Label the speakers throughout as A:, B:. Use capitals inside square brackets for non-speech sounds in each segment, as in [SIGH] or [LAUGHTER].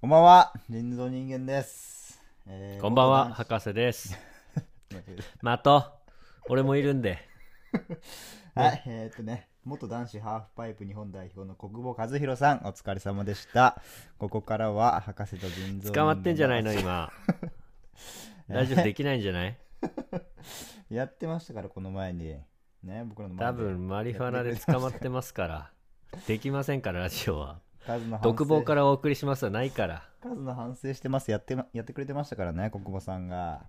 A: こんばんは、人造人間です。えー
B: こんばんは、
A: 元
B: 博士です。
A: 男子
B: まと、俺もいるんで。
A: はい、えーっとね、元男子ハーフパイプ日本代表の国母和弘さん、お疲れ様でした。ここからは、博士と人造人間
B: 捕まってんじゃない
A: が
B: の、今。ラジオできないんじゃ [LAUGHS] ない
A: やってましたから、この前に。ね、僕らの前で
B: 多分、マリファナで捕まってますから。できませんから、ラジオは。
A: 数の反省
B: 独房からお送りしますはないから。
A: 数の反省してますやってまやってくれてましたからね国母さんが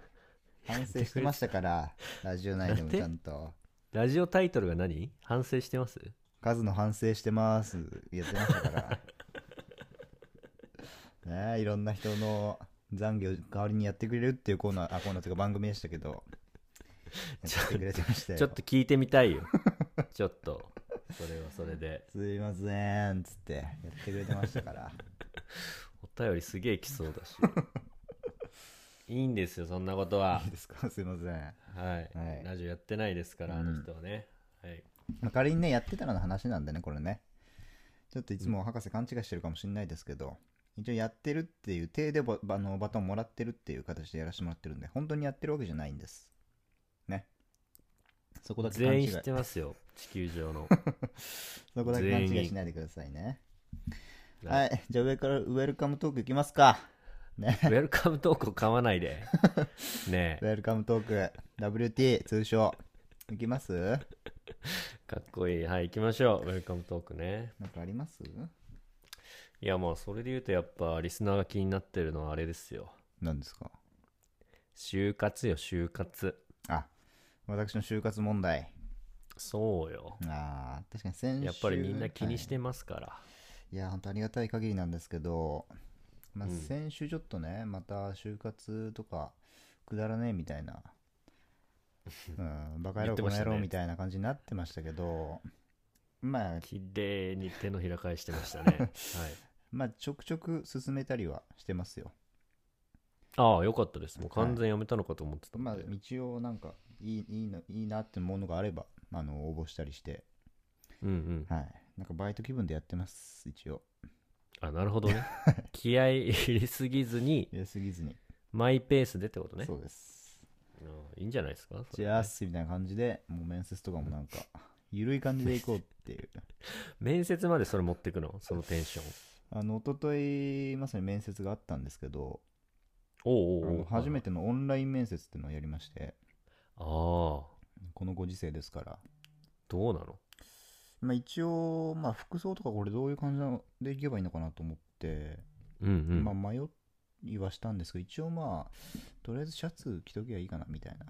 A: 反省してましたからラジオ内でもちゃんと
B: ラジオタイトルが何反省してます
A: 数の反省してますやってました
B: [LAUGHS]
A: からねえいろんな人の懺悔を代わりにやってくれるっていうコーナーあコーナーというか番組でしたけどやってくれてましたよ
B: ちょっと聞いてみたいよ。 [LAUGHS] ちょっと。それはそれで。
A: すいませんっつってやってくれてましたから
B: お便りすげえ来そう [LAUGHS] だし。いいんですよ、そんなことは。
A: いいですかすいません
B: はい。
A: はい
B: ラジオやってないですから、あの人はね。はい。
A: まあ仮にねやってたらの話なんでねこれねちょっといつも博士勘違いしてるかもしれないですけど一応やってるっていう手でばあのバトンもらってるっていう形でやらせてもらってるんで本当にやってるわけじゃないんですねそこだけ勘違
B: 全
A: い
B: 員知ってますよ地球
A: [LAUGHS]
B: 上のは
A: そこだけ勘
B: 全
A: 違い
B: 員
A: しないでくださいね
B: い
A: はいじゃあ上からウェルカムトークいきますかね
B: ウェルカムトークを買わな
A: [LAUGHS]
B: いでね
A: ウェルカムトーク WT 通称いきますな
B: えかっこいいはい行きましょうウェルカムトークね
A: んかあります
B: いやもうそれで言うとやっぱリスナーが気になってるのはあれですよ
A: 何ですか
B: 就活よ就活
A: あ私の就活問題
B: そうよ
A: ああ確かに先週
B: やっぱりみんな気にし
A: は
B: てますから、
A: い、いや本当ありがたい限りなんですけど、まあ、
B: うん
A: 先週ちょっとね、また就活とかくだらねえみたい
B: [LAUGHS]
A: な、うん、バカ野郎
B: 言って
A: こ
B: ま
A: の
B: し
A: 野
B: たね
A: 郎みたいな感じになってましたけどまあ、
B: 綺麗に手のひら返してま
A: [LAUGHS]
B: したねはい
A: まあちょくちょく進めたりはしてますよ
B: ああよかったですもう完全やめたのかと思ってたんで、
A: まあ道をなんかいいいいのいいなってものがあればあの応募したりして
B: うんうん
A: はいなんかバイト気分でやってます一応
B: あなるほ
A: [LAUGHS]
B: どね気合い入れすぎずに
A: 入れすぎずに、
B: マイペースでってことね
A: そうです
B: うんいいんじゃないですかそ
A: じ
B: れ
A: ゃあすみたいな感じで、もう面接とかもなんか、ゆるい感じで行こうっていう。
B: 面接までそれ持ってくのそのテンション
A: あの、一昨日まさに面接があったんですけど、
B: おうおう
A: あ
B: お
A: の
B: う
A: 初めてのオンライン面接っていうのをやりまして、
B: ああ
A: このご時世ですから。
B: どうなの
A: まあ一応、まあ服装とかこれどういう感じなのでいけばいいのかなと思って、
B: うんうん、
A: まあ迷いはしたんですけど、一応まあ、とりあえずシャツ着とけばいいかなみたいな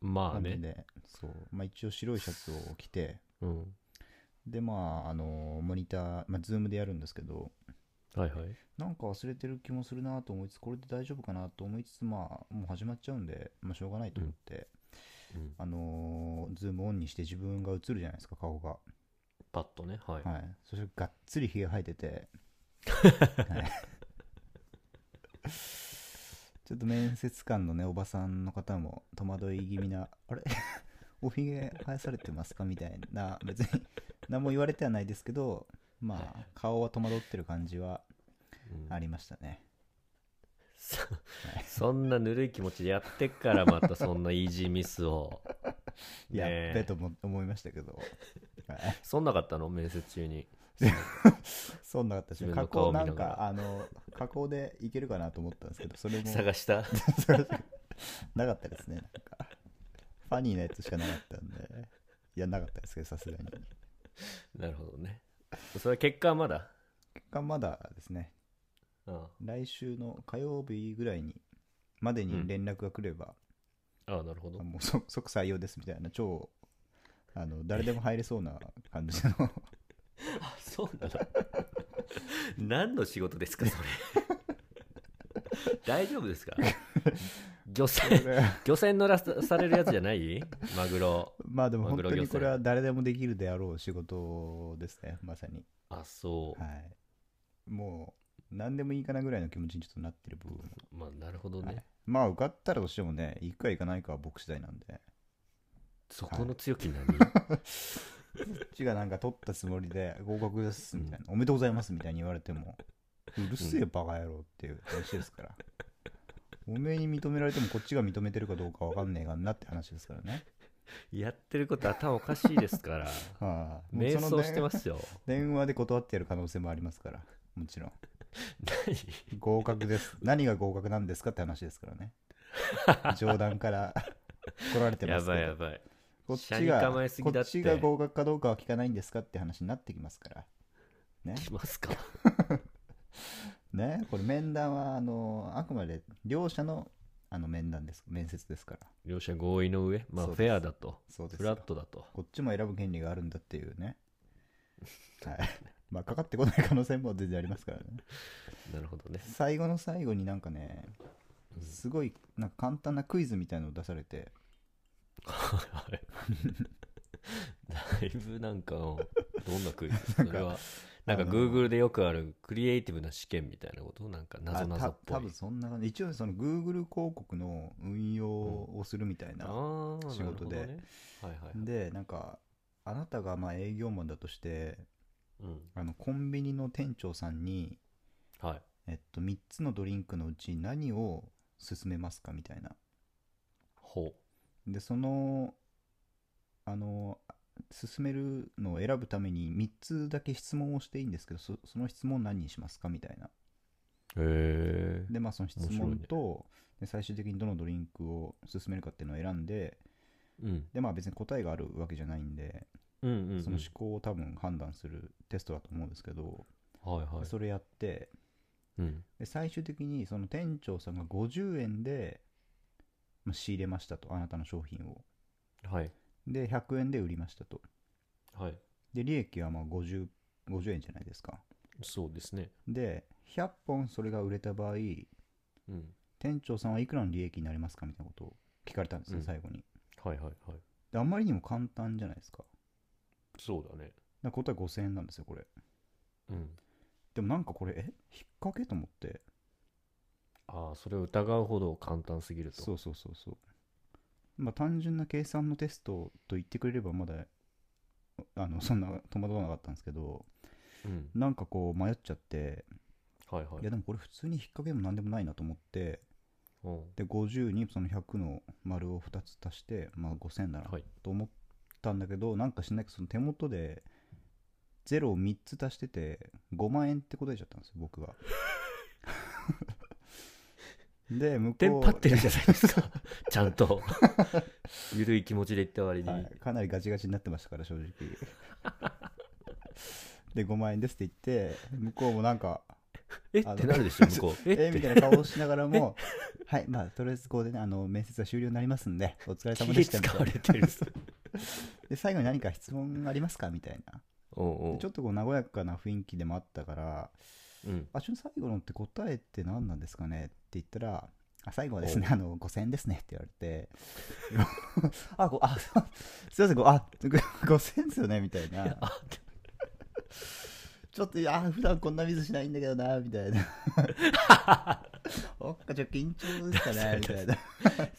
B: まあ
A: 感じ
B: ね、
A: で、そう。まあ一応白いシャツを着て、
B: うん、
A: でまあ、あの、モニター、まあズームでやるんですけど、
B: はいはい
A: なんか忘れてる気もするなと思いつつ、これで大丈夫かなと思いつつ、まあ、もう始まっちゃうんで、まあ、しょうがないと思って、
B: うん
A: あのーズームオンにして自分が映るじゃないですか、顔が。
B: パッとねはい、
A: はい。そして、がっつりひげ生えてて、はい [LAUGHS] ちょっと面接官のね、おばさんの方も戸惑い気味な、あれおひげ生やされてますかみたいな、別に何も言われてはないですけど、まあ、顔は戸惑ってる感じは
B: うん
A: ありましたね。
B: そそんなぬるい気持ちでやってっからまたそんなイージーミスを
A: [LAUGHS] やっ
B: ねえ
A: べとも思いましたけど、はい
B: そんなかったの面接中に
A: [LAUGHS] そんなかったですね
B: 自分
A: 加
B: の顔
A: 工
B: を見
A: な
B: なが
A: ん
B: ら
A: かあの加工でいけるかなと思ったん
B: [LAUGHS]
A: ですけどそれも
B: 探した
A: 探しなかったですねなんかファニーなやつしかなかったんでいやなかったですけどさすがに
B: なるほどねそれ結果はまだ、
A: 結果まだですね
B: うん、あ
A: 来週の火曜日ぐらいにまでに連絡が来れば、
B: あなるほど
A: あもうそ即採用ですみたいな超あの誰でも入れそうな感じ
B: [LAUGHS]
A: の
B: あそうなの [LAUGHS] 何の仕事ですかそれ [LAUGHS] 大丈夫です
A: [LAUGHS]
B: か漁船漁船乗らさされるやつじゃない [LAUGHS] マグロ
A: まあでも
B: マ
A: 本
B: グロ
A: 当に
B: 漁
A: これは誰でもできるであろう仕事ですねまさに
B: あそう、
A: はいもう何でもいいかなぐらいの気持ちにちょっとなってる部分も
B: まあなるほどね、
A: はいまあ受かったらとしてもね行くか行かないかは僕次第なんで
B: そこの強気何、
A: こっちがなんか取ったつもりで合格ですみたいな、おめでとうございますみたいに言われてもうるせえバカ野郎っていう話ですから。おめえに認められてもこっちが認めてるかどうかわかんねえがんなって話ですからね。
B: やってること頭おかしいです [LAUGHS] から
A: はあ、もう
B: 迷
A: その
B: 走してます [LAUGHS] よ
A: 電話で断ってやる可能性もありますから。もちろん。
B: 何
A: 合格
B: [LAUGHS]
A: です。何が合格なんですかって話ですからね。冗談から来られてま
B: や
A: すけど。
B: ばいやばい
A: こっち
B: 斜に
A: が
B: 構えすぎだっ
A: こっ
B: て
A: ちが合格かどうかは聞かないんですかって話になってきますから。ね。
B: 来ますか
A: ね。これ面談は、あの、あくまで両者のあの面談です。面接ですから。
B: 両者合意の上まあ
A: そ
B: フ
A: うです
B: ェアだと
A: そうです
B: フ
A: よ
B: ラットだと
A: こっちも選ぶ権利があるんだっていうね。はい。まあ、かかってこない可能性も全然ありますからね。
B: なるほどね
A: 最後の最後になんかね、すごい、なんか簡単なクイズみたいのを出されて、
B: [LAUGHS] はい [LAUGHS] だいぶなんかどんなクイズですかそれはなんか
A: あの
B: Google でよくあるクリエイティブな試験みたいなことなんか謎
A: あ
B: 々
A: た
B: っぽ
A: 多
B: い
A: 分そんな感じ。一応、その Google 広告の運用をするみたい
B: あ
A: な。
B: ーな
A: 仕事で
B: るほどねはいはいはい
A: で、なんか、あなたがまあ営業マンだとして、
B: うん
A: あのコンビニの店長さんに、
B: はい
A: えっと、3つのドリンクのうち何を勧めますかみたいな。
B: ほ
A: でそのあの進めるのを選ぶために3つだけ質問をしていいんですけどそその質問何にしますかみたいな
B: うへえ
A: でまあその質
B: 面白い
A: 問
B: ね
A: と、で最終的にどのドリンクを進めるかっていうのを選んで
B: うん
A: でまあ別に答えがあるわけじゃないんで、
B: うんうんうん
A: その思考を多分判断するテストだと思うんですけど、
B: はいはい
A: それやって
B: うん
A: で最終的にその店長さんが50円で、まあ、仕入れましたとあなたの商品を
B: はい
A: で100円で売りましたと
B: はい
A: で利益はまあ 50, 50円じゃないですか
B: そうですね
A: で100本それが売れた場合
B: うん
A: 店長さんはいくらの利益になりますかみたいなことを聞かれたんですよ、
B: うん
A: 最後に
B: はいはいはい
A: であんまりにも簡単じゃないですか
B: そうだね
A: だから答え5000円なんですよこれ
B: うん
A: でもなんかこれえ引っ掛けと思って
B: ああそれを疑うほど簡単すぎると
A: そうそうそうそうまあ単純な計算のテストと言ってくれればまだあのそんな戸惑わなかったんですけど
B: うん
A: なんかこう迷っちゃって
B: はいはい
A: いやでもこれ普通に引っ掛けでも何でもないなと思って
B: うん
A: で50にその100の丸を2つ足して、まあ、5000だな
B: はい
A: と思ったんだけど、なんか知んないけどその手元で0を3つ足してて5万円って答えちゃったんですよ僕
B: [LAUGHS]
A: がで向こう
B: テンパってるじゃないです [LAUGHS] かちゃんとゆるい気持ちで言った割に、
A: はいかなりガチガチになってましたから正
B: [LAUGHS]
A: 直で5万円ですって言って向こうもなんか
B: えっ
A: あの
B: てなるでしょ向こう [LAUGHS] えっ
A: え
B: て
A: みたいな顔をしながらもはいまあとりあえずここでねあの面接は終了になりますんでお疲れ様で
B: 気
A: したみたい
B: 使
A: な
B: われてる [LAUGHS]
A: で最後に何か質問ありますかみたいな
B: うんう
A: で
B: ん
A: ちょっとこう和やかな雰囲気でもあったから
B: うん
A: 「あちょっと最後のって答えって何なんですかね?」って言ったら「あ最後はですねあの5000円ですね」って言われて [LAUGHS] 「あごあ [LAUGHS] そうすいませんごあ [LAUGHS] ご5000円ですよね」みたいな
B: あ
A: 「 [LAUGHS] ちょっといや普段こんなミスしないんだけどな」みたいな [LAUGHS] 「おっかちょっと緊張ですか [LAUGHS] ね」みたいな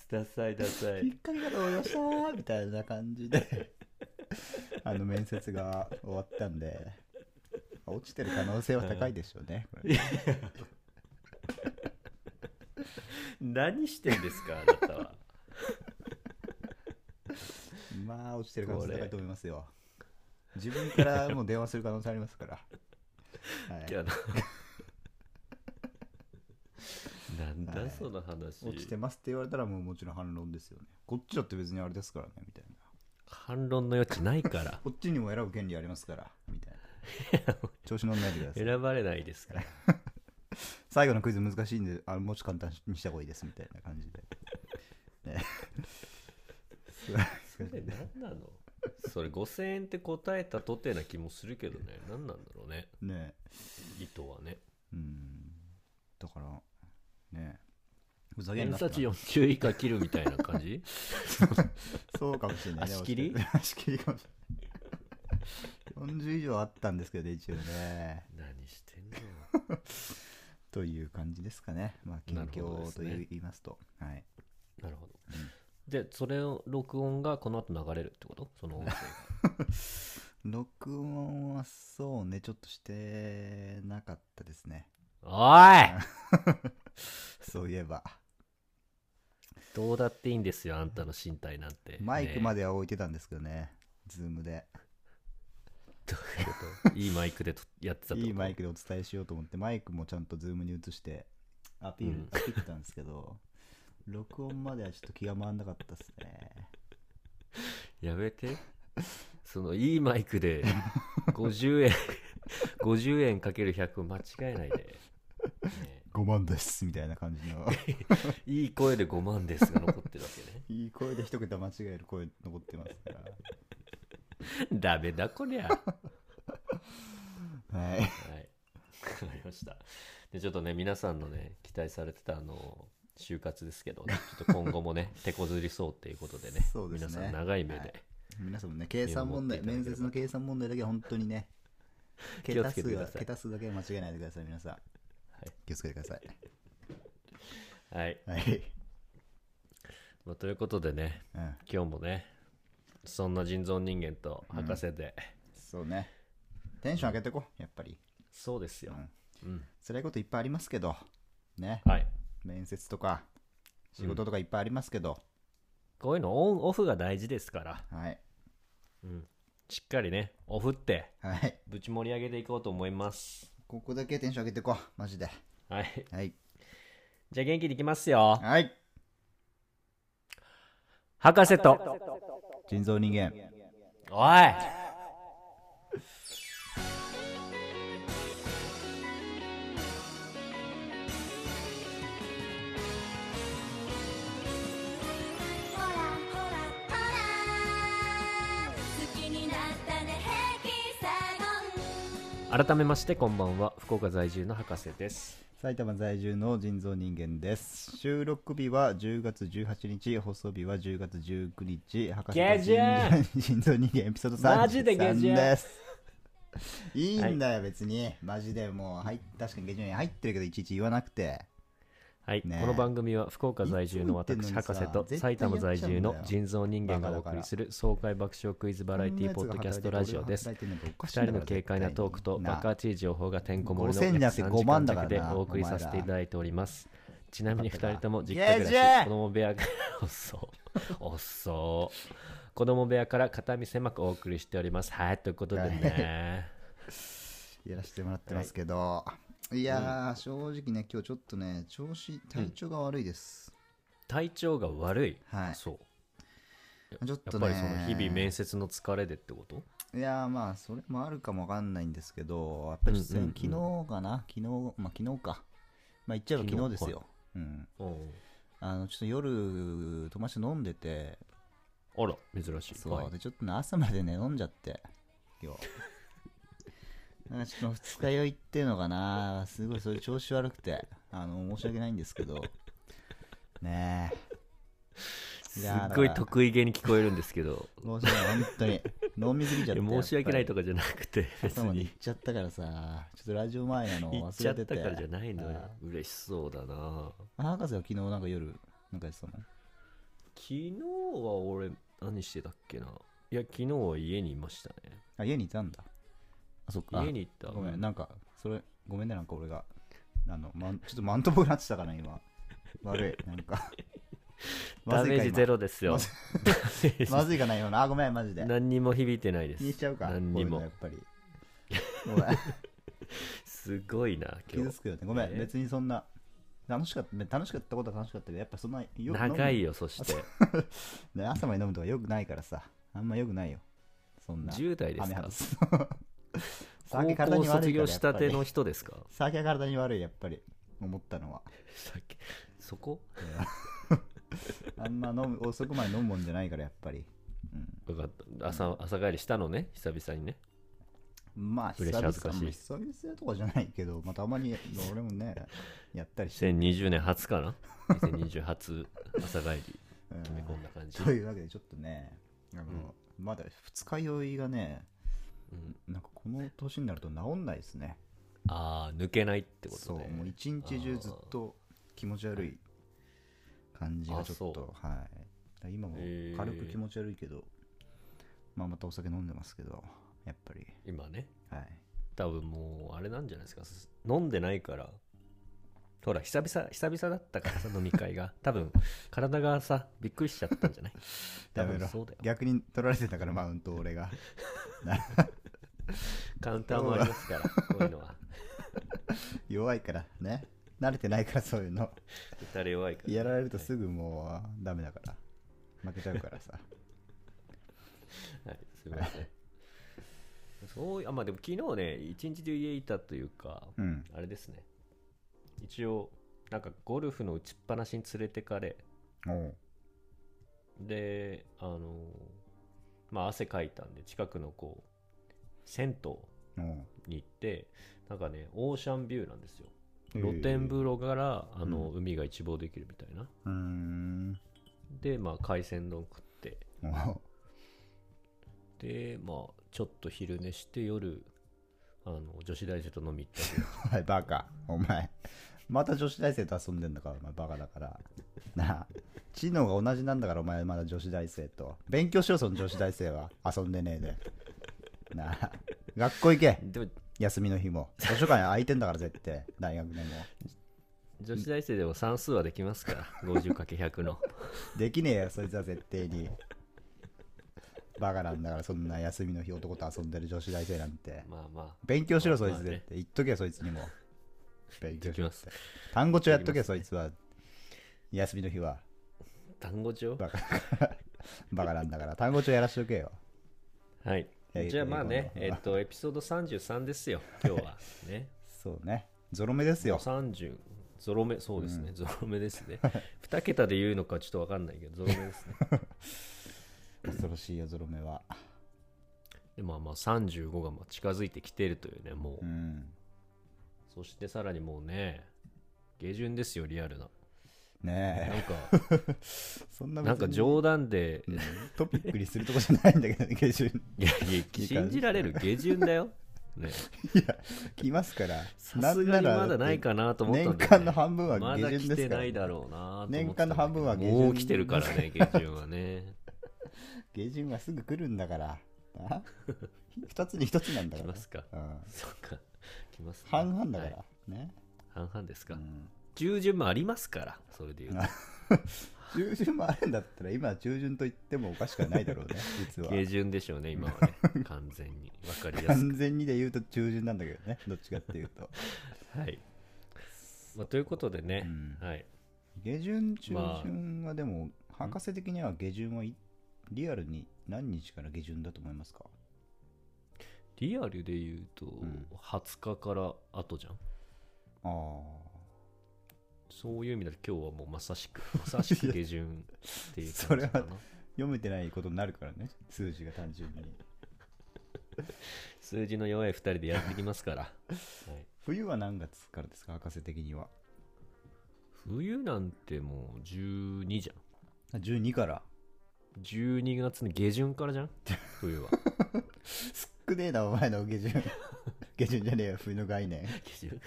B: ダサいダサ
A: 引
B: い
A: っ掛けかと思いましたーみたいな感じであの面接が終わったんで落ちてる可能性は高いでしょうね、これ
B: 何してんですかあなたは
A: まあ落ちてる可能性高いと思いますよ自分からもう電話する可能性あります
B: [LAUGHS]
A: から、は
B: い [LAUGHS] やななんだその話、
A: い、落ちてますって言われたらもうもちろん反論ですよねこっちだって別にあれですからねみたいな
B: 反論の余地ないから [LAUGHS]
A: こっちにも選ぶ権利ありますからみたいな調子乗んないでください
B: 選ばれないですから
A: 最後のクイズ難しいんであのもうちょっと簡単にした方がいいですみたいな感じで、ね、そうそう
B: それ何なのそれ5000円って答えたとてな気もするけどね何なんだろうね
A: ね
B: 意図はね
A: うんだからねふざけん
B: 偏
A: なって
B: 差値40以下切るみたいな感 [LAUGHS] じ
A: そうかもしれないね
B: 足切
A: 落ち
B: り
A: てる足切りかもしれない40以上あったんですけどね一応ね
B: 何して [LAUGHS] んの
A: という感じですかねまあ近
B: なるほどで
A: 況
B: す
A: と
B: ね
A: 言いますとはい
B: なるほどでそれを録音がこの後流れるってことその音声が
A: 録音はそうねちょっとしてなかったですね [LAUGHS]
B: お [LAUGHS] い
A: そういえば。
B: どうだっていいんですよ、あんたの身体なんて。
A: マイクま
B: で。
A: では置いてたんですけどね、ズームで。
B: どういう
A: [LAUGHS]
B: こといいマイクでとやってたってこと
A: いいマイクでお伝えしようと思って、マイクもちゃんとズームに移して、アピール、
B: うん
A: アピってたんですけど、 [LAUGHS] 録音まではちょっと気が回んなかったですね。
B: やめて。そのいいマイクで50円、50円かける100を間違えないで。ね
A: 5万ですみたいな感じ
B: [LAUGHS]
A: の。
B: いい声で5万ですが残ってるわ
A: いい声で一桁間違える声残ってますか
B: [LAUGHS] けね。ダメだこりゃ。
A: ら。はい。
B: はい。わかりました。で、ちょっとね、皆さんのね、期待されてたあの、就活ですけど、ちょっと今後もね、手こずりそうっていうことでね、
A: そうですね
B: 皆さん長い目で、
A: はい皆さんもね、計算問題、
B: メール持
A: 面
B: って
A: 接の
B: いただければ
A: 計算問題だけは本当にね、
B: [LAUGHS] 気を
A: 桁
B: つけ
A: 数
B: てくだ
A: は
B: さい
A: 桁数だけは間違えないでください、皆さん。気をつけてください。
B: はい。はい。
A: はい。
B: まあということでね、
A: うん。
B: 今日もね、そんな人造人間と博士で、
A: そうね。テンション上げてこう、やっぱり。
B: そうですよ。うん。
A: 辛いこといっぱいありますけど、ね。
B: はい。
A: 面接とか、仕事とかいっぱいありますけど、
B: こういうのオンオフが大事ですから、
A: はい。
B: うん、しっかりね、オフって
A: はい。
B: ぶち盛り上げていこうと思います。
A: ここだけテンション上げてこう、マジで。
B: はい。
A: はい。
B: じゃあ元気にいきますよ。
A: はい。
B: 博士と、
A: 人造人間。
B: おい
C: ほらほらほら好きになったねヘキサゴ
B: 改めましてこんばんは、福岡在住の博士です。
A: 埼玉在住の人造人間です収録日は10月18日放送日は10月19日博士と人造人造人間エピソード
B: マジで下
A: 33
B: 旬
A: ですいいんだよ、別にマジでもうはい確かに下旬に入ってるけどいちいち言わなくて
B: はい、
A: ねえ
B: この番組は福岡在住の
A: いつも
B: 私
A: 言って
B: 博
A: んのにさ
B: 士と
A: 絶対
B: 埼玉在住の
A: やっちゃうんだよ
B: 人造人間がお送りする爽快爆笑クイズバラエティポッドキャストラジオです。
A: 2
B: 2人の軽快なトークとバカチい情報がてんこ盛りの
A: 5000じゃな
B: 約
A: くて
B: 3
A: 5
B: 時
A: 万
B: 間
A: だから
B: 弱
A: な
B: でお送りさせていただいておりますちなみに2人とも実家暮
A: ゲ
B: ら
A: ー
B: し
A: ジ
B: 子供部屋からおっそうおっそう子供部屋から片身狭くお送りしておりますはいということでね
A: やらせてもらってますけど、い、やー正直ね今日ちょっとね調子体調が悪いです、
B: 体調が悪い、
A: はい
B: そう
A: ちょっ
B: や
A: と
B: っ
A: ね
B: ぱりその日々面接の疲れでってこと
A: いやーまあそれもあるかもわかんないんですけどやっぱり実際
B: うん
A: に
B: うん
A: 昨日かな、昨日まあ昨日かまあ言っちゃえば昨日ですよ、うん、
B: うん
A: あのちょっと夜友達と飲んでて
B: あら珍しい
A: そう、
B: はい
A: でちょっとね朝までね飲んじゃって
B: [LAUGHS]
A: 今日なんかちょっと二日酔いっていうのかなすごいそれ調子悪くてあの申し訳ないんですけどねえ
B: す
A: やー
B: っごい
A: だから
B: 得意げに聞こえるんですけど
A: 申し訳ない本当に飲みすぎ
B: [LAUGHS] い
A: ちゃ
B: や
A: って
B: 申し訳ないと
A: か
B: かじゃなくて別
A: 朝まで
B: に
A: 行っちゃったからさちょっとラジオ前なの
B: 行っ
A: 忘
B: ちゃ
A: れ
B: って
A: て
B: たからじゃないのよ
A: あ。
B: 嬉しそうだな。
A: あ博士は昨日なんか夜なんかやってたの
B: 昨日は俺、何してたっけな。いや、昨日は家にいましたね。
A: あ家にいたんだあそっか
B: 家に行った。
A: ごめんなんかそれごめんねなんか俺があの、まん、ちょっとマントボになってたから今
B: [LAUGHS]
A: 悪いなんか
B: ダメージゼロですよ [LAUGHS]
A: ま。まずいかな今のあごめんマジで
B: 何にも響いてないで
A: 気にし
B: す。
A: ちゃうか
B: 何にも
A: こういうのやっぱりごめん
B: すごいな、今
A: 傷
B: 日
A: つ。くよねごめん、
B: えー
A: 別にそんな楽しかった楽しかったことは楽しかったけどやっぱそんなよく飲む
B: 長いよ、そして。
A: ね朝まで飲むとかよくないからさあんまよくないよそんな
B: 10代です
A: 雨
B: か
A: 外す
B: 高
A: 酒体
B: 校
A: に悪いから
B: 卒業したて
A: やっぱ
B: の
A: り
B: 人 [LAUGHS] ですか
A: 酒は体に悪いやっぱり思ったのは
B: さっきそこ
A: あんま飲む遅くまで飲むもんじゃないからやっぱり、うん、
B: 分かった朝。朝帰りしたのね、久々にね。
A: まあ久
B: 嬉しい
A: 々
B: 恥ずかしい
A: まあ久々とかじゃないけど、まあ、たまに俺も
B: [LAUGHS]
A: ねやったりして、
B: 2020年初かな ?2020 初朝帰り
A: うん
B: 決め込んだ
A: [LAUGHS]
B: 感じ。
A: というわけでちょっとねあの、まだ二日酔いがね
B: うん
A: なんかこの年になると治んないですね
B: ああ、抜けないってこと
A: そう
B: ね。
A: もう一日中ずっと気持ち悪い感じがちょっ
B: あ
A: とはいだから今も
B: へー
A: 軽く気持ち悪いけど、まあまたお酒飲んでますけどやっぱり
B: 今ね
A: はい
B: 多分もうあれなんじゃないですかす飲んでないからほら、久々、久々だったか
A: [LAUGHS]
B: らさ、飲み会が。多分、体がさ、びっくりしちゃったんじゃない
A: [LAUGHS]
B: 多
A: やめ
B: 分
A: ろ
B: そうだよ。
A: 逆に取られてたからマウント俺が [LAUGHS]
B: カウンターもありま
A: [LAUGHS]
B: すから、こういうのは。
A: 弱いからね慣れてないからそういうの
B: 打たれ弱いから。
A: やられるとすぐもうダメだから負けちゃうからさ
B: はい、すみません。そういあまあでも昨日ね、一日中家いたというか、
A: うん
B: あれですね、一応、なんかゴルフの打ちっぱなしに連れてかれ、
A: おう
B: で、あのーまあ汗かいたんで、近くのこう、銭湯
A: おう
B: に行って、なんかね、オーシャンビューなんですよ。
A: へえ
B: 露天風呂から、あの、
A: う
B: 海が一望できるみたいな。
A: うーん
B: で、まあ海鮮丼食って、
A: おう
B: で、まあちょっと昼寝して夜、あの女子大生と飲み行ったり
A: おいバカお前また女子大生と遊んでんだからお前バカだからなあ知能が同じなんだからお前まだ女子大生と勉強しろその女子大生は遊んでねえでなあ学校行け [LAUGHS]
B: でも
A: 休みの日も図書館空いてんだから絶対大学でも
B: 女子大生でも算数はできま
A: [LAUGHS]
B: すから 50×100 の
A: できねえよそいつは絶対にバカなんだからそんな休みの日男と遊んでる女子大生なんて
B: まあま
A: 勉強しろそい
B: まあ
A: つ
B: まあ
A: でっ
B: ね
A: て言っとけよそいつにも勉強しろっ
B: で
A: [LAUGHS]
B: き
A: て単語帳やっとけよ
B: でき
A: そいつは休みの日は
B: あ単語帳
A: バカバカなんだから単語帳やらしとけよ
B: はい
A: えー
B: じゃあまあね
A: 英
B: え
A: 語の
B: っとエピソード33で
A: [LAUGHS]
B: すよ今日はね
A: そうねゾロ目ですよ
B: 30ゾロ目そうですね、ゾロ目ですね2桁で言うのかちょっと分かんないけどゾロ目です
A: [LAUGHS]
B: ね
A: 恐ろしいよゾロ目は
B: でまあまあ35がまあ近づいてきてるというねも
A: う
B: う、
A: ん
B: そしてさらにもうね下旬ですよリアルな
A: ね
B: なんか
A: [LAUGHS] えそんな別
B: なんか
A: に
B: 冗談で
A: うんトピックにするとこじゃないんだけどね下旬
B: いやいや信じられる下旬だよね
A: いや、来ますから。
B: さすがにまだない
A: な
B: か
A: ん
B: なと思ったんだ
A: 年
B: よね
A: 間の半分は
B: ま
A: 下
B: だ
A: 旬
B: 来
A: で
B: て
A: すか
B: な
A: ら。
B: いだろうなと思ってたんだけど
A: 年間の半分は下旬
B: もう来てるからね下旬はね
A: 下旬はすぐ来るんだから。あ [LAUGHS] 二つに一つなんだ
B: 来
A: か
B: ま
A: ら。
B: すか
A: うん
B: そっか来ますね
A: 半々だか
B: はい
A: ら。ね。
B: 半々ですか
A: うん
B: 中旬もありますからそれで言う
A: 中旬もあるんだったら、今は中旬と言ってもおかしくはないだろう
B: [LAUGHS]
A: ね、実
B: と
A: [LAUGHS] は。
B: 下旬でしょうね今は
A: [LAUGHS]
B: ね完全に分かりやす
A: 完全にで言うと中旬なんだけどね、どっちかっていうと。
B: くはい、まあ、ということでね、
A: うん
B: はい
A: 下旬、中
B: まあ
A: 旬はでも、博士的には下旬はいリアルに何日から下旬だと思いますか
B: リアルで言うと
A: ん
B: 20日から後じゃん
A: ああ、
B: そういう意味だと今日はもうまさし
A: [LAUGHS]
B: くまさしく下旬っていう
A: そ
B: 感
A: れ
B: じ
A: は
B: かな
A: 読めてないことになるからね、数字が単純に。
B: 数字の弱い2人でやってきます
A: [LAUGHS]
B: から、はい
A: 冬は何月からですか博士的には
B: 冬なんてもう12じゃん
A: 12から
B: 12月の下旬から
A: [LAUGHS]
B: じゃん冬は
A: くねえなお前の下 [LAUGHS] 旬下旬じゃねえよ冬の概念
B: 下 [LAUGHS] 旬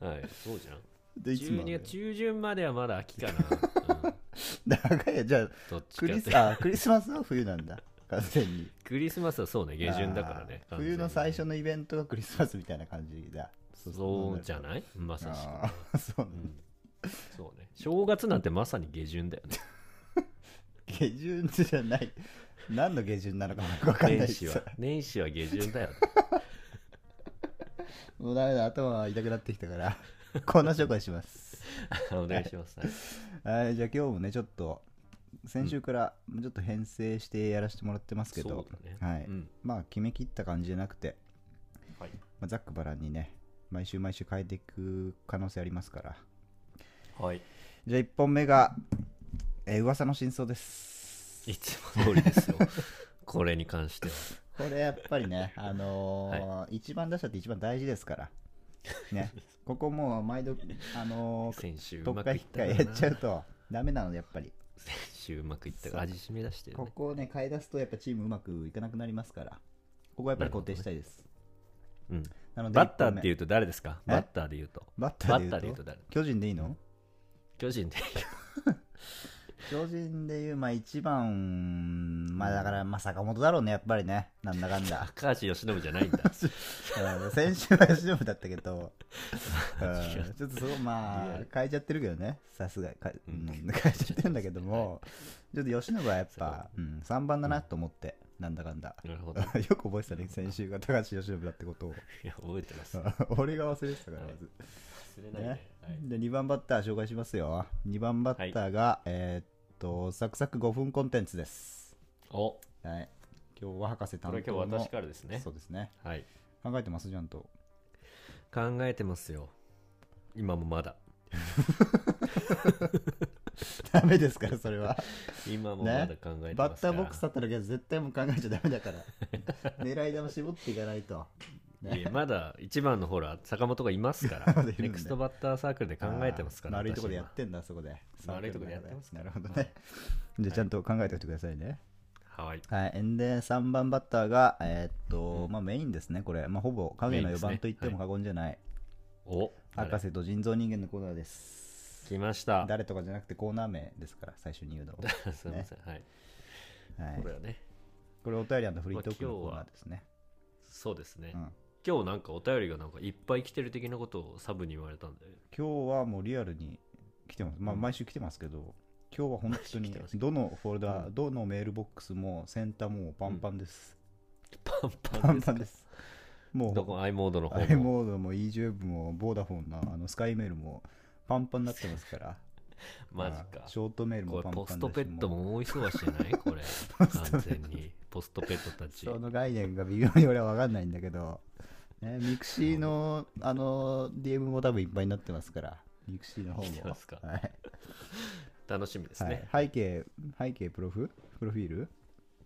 B: はいそうじゃん
A: でいつも
B: 12月中旬まではまだ秋 [LAUGHS] かな、うん
A: 長いよじゃあ
B: どっち
A: ク
B: かっ
A: リ
B: て
A: スあクリスマスは冬なんだ完全に
B: クリスマスはそうね下旬だからね
A: あー冬の最初
B: の
A: のイベントがクリスマスみたいな感じだ
B: そうじゃないまさしくね
A: ああーそうな
B: うん
A: だ
B: んそうね正月なんてまさに下旬だよね
A: 下旬じゃない何の下旬なのかもよく分かんな
B: [LAUGHS]
A: い
B: 年
A: し
B: 始は [LAUGHS] 年始は下旬 [LAUGHS] だよね
A: もうダメだ頭が痛くなってきたからこんな紹介します
B: お願いします、はい
A: はい、じゃあ今日もね、ちょっと、先週からちょっと編成してやらせてもらってますけど、
B: そうだね
A: はい
B: うん
A: まあ決め切った感じじゃなくて、
B: はい
A: まあ、ざっくばらんにね、毎週毎週変えていく可能性ありますから。
B: はい
A: じゃあ1本目が、えー噂の真相です。
B: いつも通りですよ [LAUGHS] これに関しては
A: これやっぱり
B: [LAUGHS]
A: ね、あのー一番打者って一番大事ですから、
B: [LAUGHS]
A: ね、ここもう毎度、あのー、
B: 先週う
A: 特
B: まく
A: 化
B: い
A: 引っ
B: っ
A: たか
B: から
A: や
B: な
A: っちゃうと、ダメなのでやっぱり。
B: 先週うまくいったから味しめ出してるね
A: ここをね、変え出すと、やっぱチームうまくいかなくなりますから、ここはやっぱり固定したいです。
B: うん、
A: なので、
B: バッターって
A: う、
B: いうと誰ですか
A: え
B: バッターで言うと
A: バッター
B: バ
A: で言う
B: ッタ
A: と
B: ーで言うと誰
A: 巨人でいいの
B: 巨人で
A: 巨人でいう、まあ一番、まあだから、まあ坂本だろうね、やっぱりね。なんだかん
B: [LAUGHS]
A: だ。
B: 高橋由伸じゃな
A: [LAUGHS]
B: いんだ。
A: うん先週は吉野部だったけ
B: [LAUGHS]
A: ど、
B: 違
A: うんちょっとそこま
B: リア
A: あ
B: ル、
A: 変えちゃってるけどね。さすが、かう
B: うん
A: ん変えちゃってるんだけども、ちょっと吉野部はやっぱ、うん、3番だなと思って、なんだかんだ。
B: なるほ
A: [LAUGHS]
B: ど。
A: よく覚えてたね、先週が高橋由伸だってことを。
B: いや、覚えてます。
A: [LAUGHS]
B: 忘
A: 俺が忘れてたから、まず。
B: れないね。
A: ね
B: はい、
A: で2番バッター紹介しますよ2番バッターが、えーっとサクサク5分コンテンツです
B: お、
A: はい今日は博士
B: こ
A: 担
B: れ
A: 当の
B: 今日私からですね
A: そ。うですね
B: はい。
A: 考えてますちゃんと [LAUGHS]
B: 考えてますよ。今もまだ。
A: ダメですからそれは
B: 今もまだ
A: ね
B: 考えてますから、
A: バッターボックスだったら絶対もう考えちゃダメだ
B: [LAUGHS]
A: から狙い球絞っていかないと
B: いやまだ一番のほら坂本がいますから
A: [LAUGHS] まだいるんだ
B: ネクストバッターサークルで考えてますから
A: あー丸いとこでやっ
B: 私
A: てんだそこで
B: 丸いとこでやってます
A: なるほどねじゃあちゃんと考えておいてくださいね、
B: ははい
A: はい、んで3番バッターが、えーっとまあ、メインですね、これ、まあ、ほぼ影の
B: メイ
A: 4
B: ンですね
A: 番と言っても過言じゃない、
B: お
A: 博士と人造人間のコーナーです。
B: 来ました
A: 誰とかじゃなくてコーナー名ですから、最初に言うのは。
B: [LAUGHS] すいません、はい、
A: はい
B: これ、はね
A: これ、お便りのフリートークのコーナーですね。
B: そうですね、
A: うん
B: 今日なんかお便りがなんかいっぱい来てる的なことをサブに言われたんで
A: 今日はもうリアルに来てます、まあ、毎週来てますけど、今日は本当
B: 毎週来
A: に
B: てます
A: どのフォルダ、
B: うん
A: どのメールボックスもセンターもうパンパンです。
B: パンパ
A: パン
B: ンです
A: パンです。もう
B: どこ i モードの方
A: アイ
B: も
A: モードも EJUB もボーダフォンのあのスカイメールもパンパンになってますから
B: マジ
A: ま
B: か
A: あショートメール
B: こ
A: も
B: れ
A: パンパン
B: ポスト
A: だし
B: ペット
A: もう
B: も大忙しじゃ
A: [LAUGHS]
B: ないこれ
A: スト
B: 完
A: ペッ
B: 全
A: ト
B: にポストペットたち
A: その概念が微妙に俺は分かんないんだけど、ね、ミクシーのあの DM も多分いっぱいになってますからミクシーの方も
B: 来てますか
A: はい
B: 楽しみです
A: は
B: ね、
A: い背景背景プロフプロフィール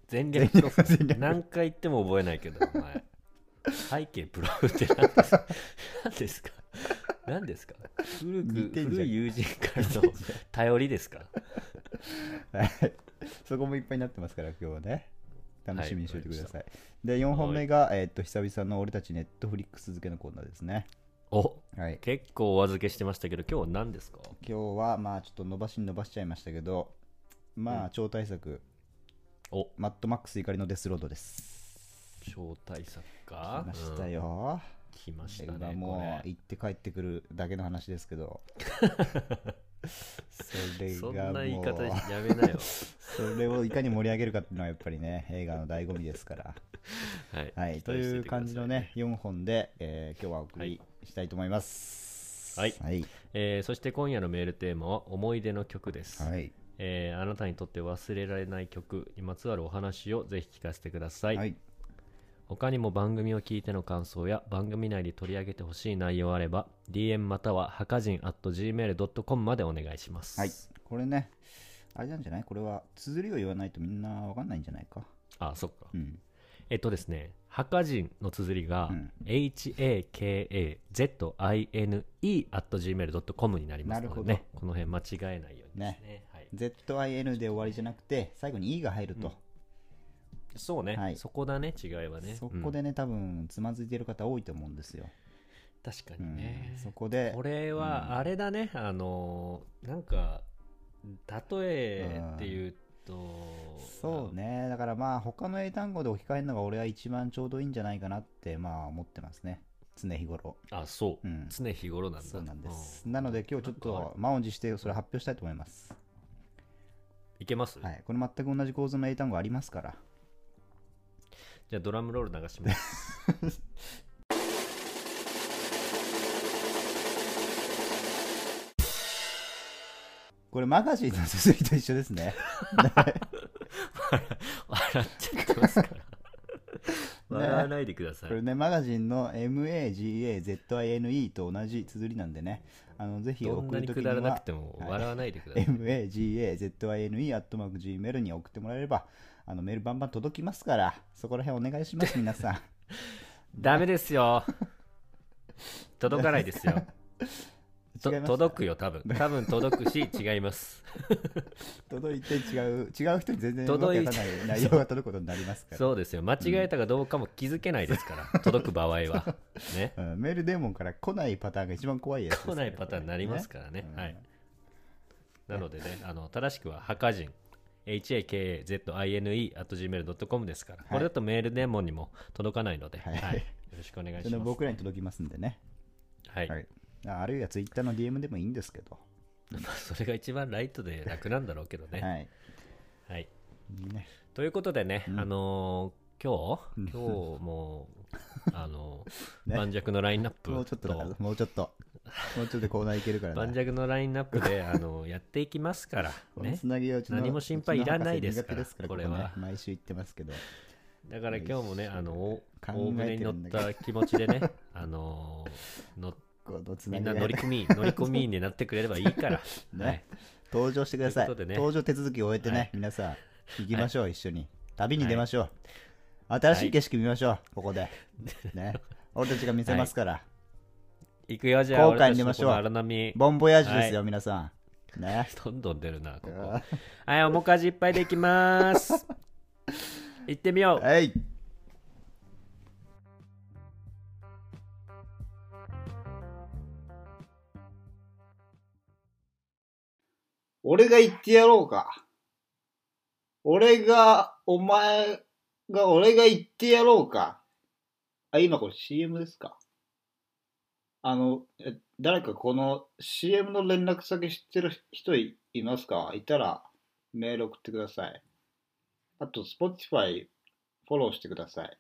B: 全略プロフ
A: 全略
B: 何回言っても覚えないけど、
A: [LAUGHS]
B: お前。背景プロフって何ですか何ですか何ですか古
A: 似
B: く
A: てんじゃん
B: 古い友人からの頼りですか
A: はいそこもいっぱいになってますから今日はね楽しみにしておいてください、で4本目が、えーっと久々の俺たちネットフリックス付けのコーナーですね
B: お
A: はい
B: 結構お預けしてましたけど、今日は何ですか
A: 今日はまあちょっと伸ばしに伸ばしちゃいましたけどまあ超大作、
B: お
A: マッドマックス怒りのデスロードです
B: 招待作
A: 来
B: か
A: ました
B: うん
A: よ、
B: 来まし
A: こ
B: た
A: れは
B: ね。
A: も
B: こ
A: う行って帰ってくるだけの話ですけ
B: [LAUGHS]
A: どそ
B: れ
A: れ
B: そん
A: がも
B: な言いう方やめなよ。
A: それをいかに盛り上げるかっていうのはやっぱりね映画の醍醐味ですから
B: はい。
A: はい
B: 期
A: と
B: 待して
A: い
B: て
A: う
B: くださ
A: 感じのね。4本で、えー今日はお送りしたいと思います
B: はい
A: はい、
B: えーそして今夜のメールテーマは思い出の曲です。
A: はい
B: えーあなたにとって忘れられない曲にまつわるお話をぜひ聞かせてください、
A: はい
B: 他にも番組を聞いての感想や番組内で取り上げてほしい内容あれば DM またははかじん at gmail.com までお願いします
A: はい、これね、あれなんじゃないこれは、綴りを言わないとみんなわかんないんじゃないか。
B: あそっか、
A: うん。
B: えっとですねはかじんの綴りが、
A: うん
B: hakazine at gmail.com になりますの
A: なる
B: で
A: ほ
B: ね
A: ど
B: この辺間違えないようにですね
A: ね
B: はい、
A: ZIN で終わりじゃなくて、最後に E が入ると。
B: そうね、
A: はい
B: そこだね違いはね
A: そこ
B: う
A: で
B: ん
A: ね、多分、つまずいてる方多いと思うんですよ。
B: 確か
A: う
B: に
A: ん
B: ね、
A: そこで、
B: これはあれだね、あのーなんか例えっていうと、
A: そうね、だからまあ、他の英単語で置き換えるのが俺は一番ちょうどいいんじゃないかなって、まあ、思ってますね。常日頃。
B: あそ
A: う
B: う、
A: ん
B: 常日頃なんだ
A: そうなんです。
B: う
A: なので、今日ちょっ
B: なんか
A: と満を持して、それ発表したいと思います。
B: いけます、
A: はい。これ全く同じ構造の英単語ありますから。
B: じゃあドラムロール流
A: [LAUGHS]
B: します
A: これ、マガジンの綴りと一緒ですね。
B: 笑っちゃって
A: [LAUGHS]
B: ますから笑わないでください、
A: これね、マガジンの MAGAZINE と同じ綴りなんでね、あのぜひ
B: どん
A: 送
B: な
A: る
B: に
A: とき
B: く
A: に
B: だらな
A: は
B: く、ても
A: はい
B: 笑わないでください、
A: MAGAZINE.gmail に送ってもらえれば、あのメールバンバン届きますから、そこら辺お願いします、皆さん。
B: ダメですよ届かないで
A: [LAUGHS]
B: すよ [LAUGHS] と
A: 違います
B: 届くよ多分多分届く
A: [LAUGHS]
B: し違います
A: 届いて違う、違う人に全然
B: 届いて
A: わけわかんない内容が届くことになりますから。
B: そうですよ間違えたかどうかも気づけないですから、届く場合
A: [LAUGHS]
B: はね
A: うんメールデーモンから来ないパターンが一番怖いやつですか
B: 来
A: ら
B: ないパターンになりますからね
A: うん
B: はいなのでね、あの正しくはハカジン。hakazine at gmail.com ですから、これだとメールデモンにも届かないので、
A: は
B: はいいよろしくお願い
A: そ
B: し
A: れです
B: ま。
A: 僕らに届きますんでね。
B: はい、
A: はい。ああるいはツイッターの DM でもいいんですけど。
B: まあそれが一番ライトで楽なんだろうけどね。
A: はい。
B: はい、
A: ね。
B: ということでね、
A: うん
B: あの
A: う
B: ー
A: ん
B: 今日、今日もう、あのー
A: [LAUGHS] ね
B: 盤石のラインナップ
A: もうちょっとだから、もうちょっと。もうちょっとコーナーいけるから
B: 盤
A: ね。
B: 石のラインナップで、あのーやっていきま
A: [LAUGHS]
B: すから、
A: この
B: ね
A: つ。なぎはうちの
B: 何も心配いらないですから
A: うちの博士苦手ですからこ
B: こ
A: れ
B: れ
A: は
B: は
A: 毎週言ってますけど。
B: だから今日もね、あの、お
A: 考えてるんだけど
B: 大船に乗った気持ちでね、 [LAUGHS] あのーの
A: このつ
B: み
A: なぎ
B: んな
A: が
B: 乗り
A: [LAUGHS]
B: 込み、乗り込みになってくれればいいから。
A: ね
B: はい、
A: 登場してください
B: ということでね
A: 登場手続きを終えてね、
B: はい
A: 皆さん行きましょう、一緒に旅に出ましょう、新しい景色見ましょう、ここで
B: [LAUGHS]
A: ね俺たちが見せますから、
B: 行くよ、じゃあ、
A: 後悔に出ましょう
B: 俺たちのこの荒波、
A: ボンボヤージュですよ、皆さん
B: [LAUGHS]
A: ね
B: どんどん出るな、ここ。
A: は
B: はい、面かじいっぱいでいき
A: [LAUGHS]
B: ます。行ってみよう。
A: い
D: 俺が言ってやろうか。俺が、お前が、俺が言ってやろうか。あ、今これ CM ですかあの、え誰かこの CM の連絡先知ってる人いいますかいたらメール送ってください。あと、Spotify フォローしてください。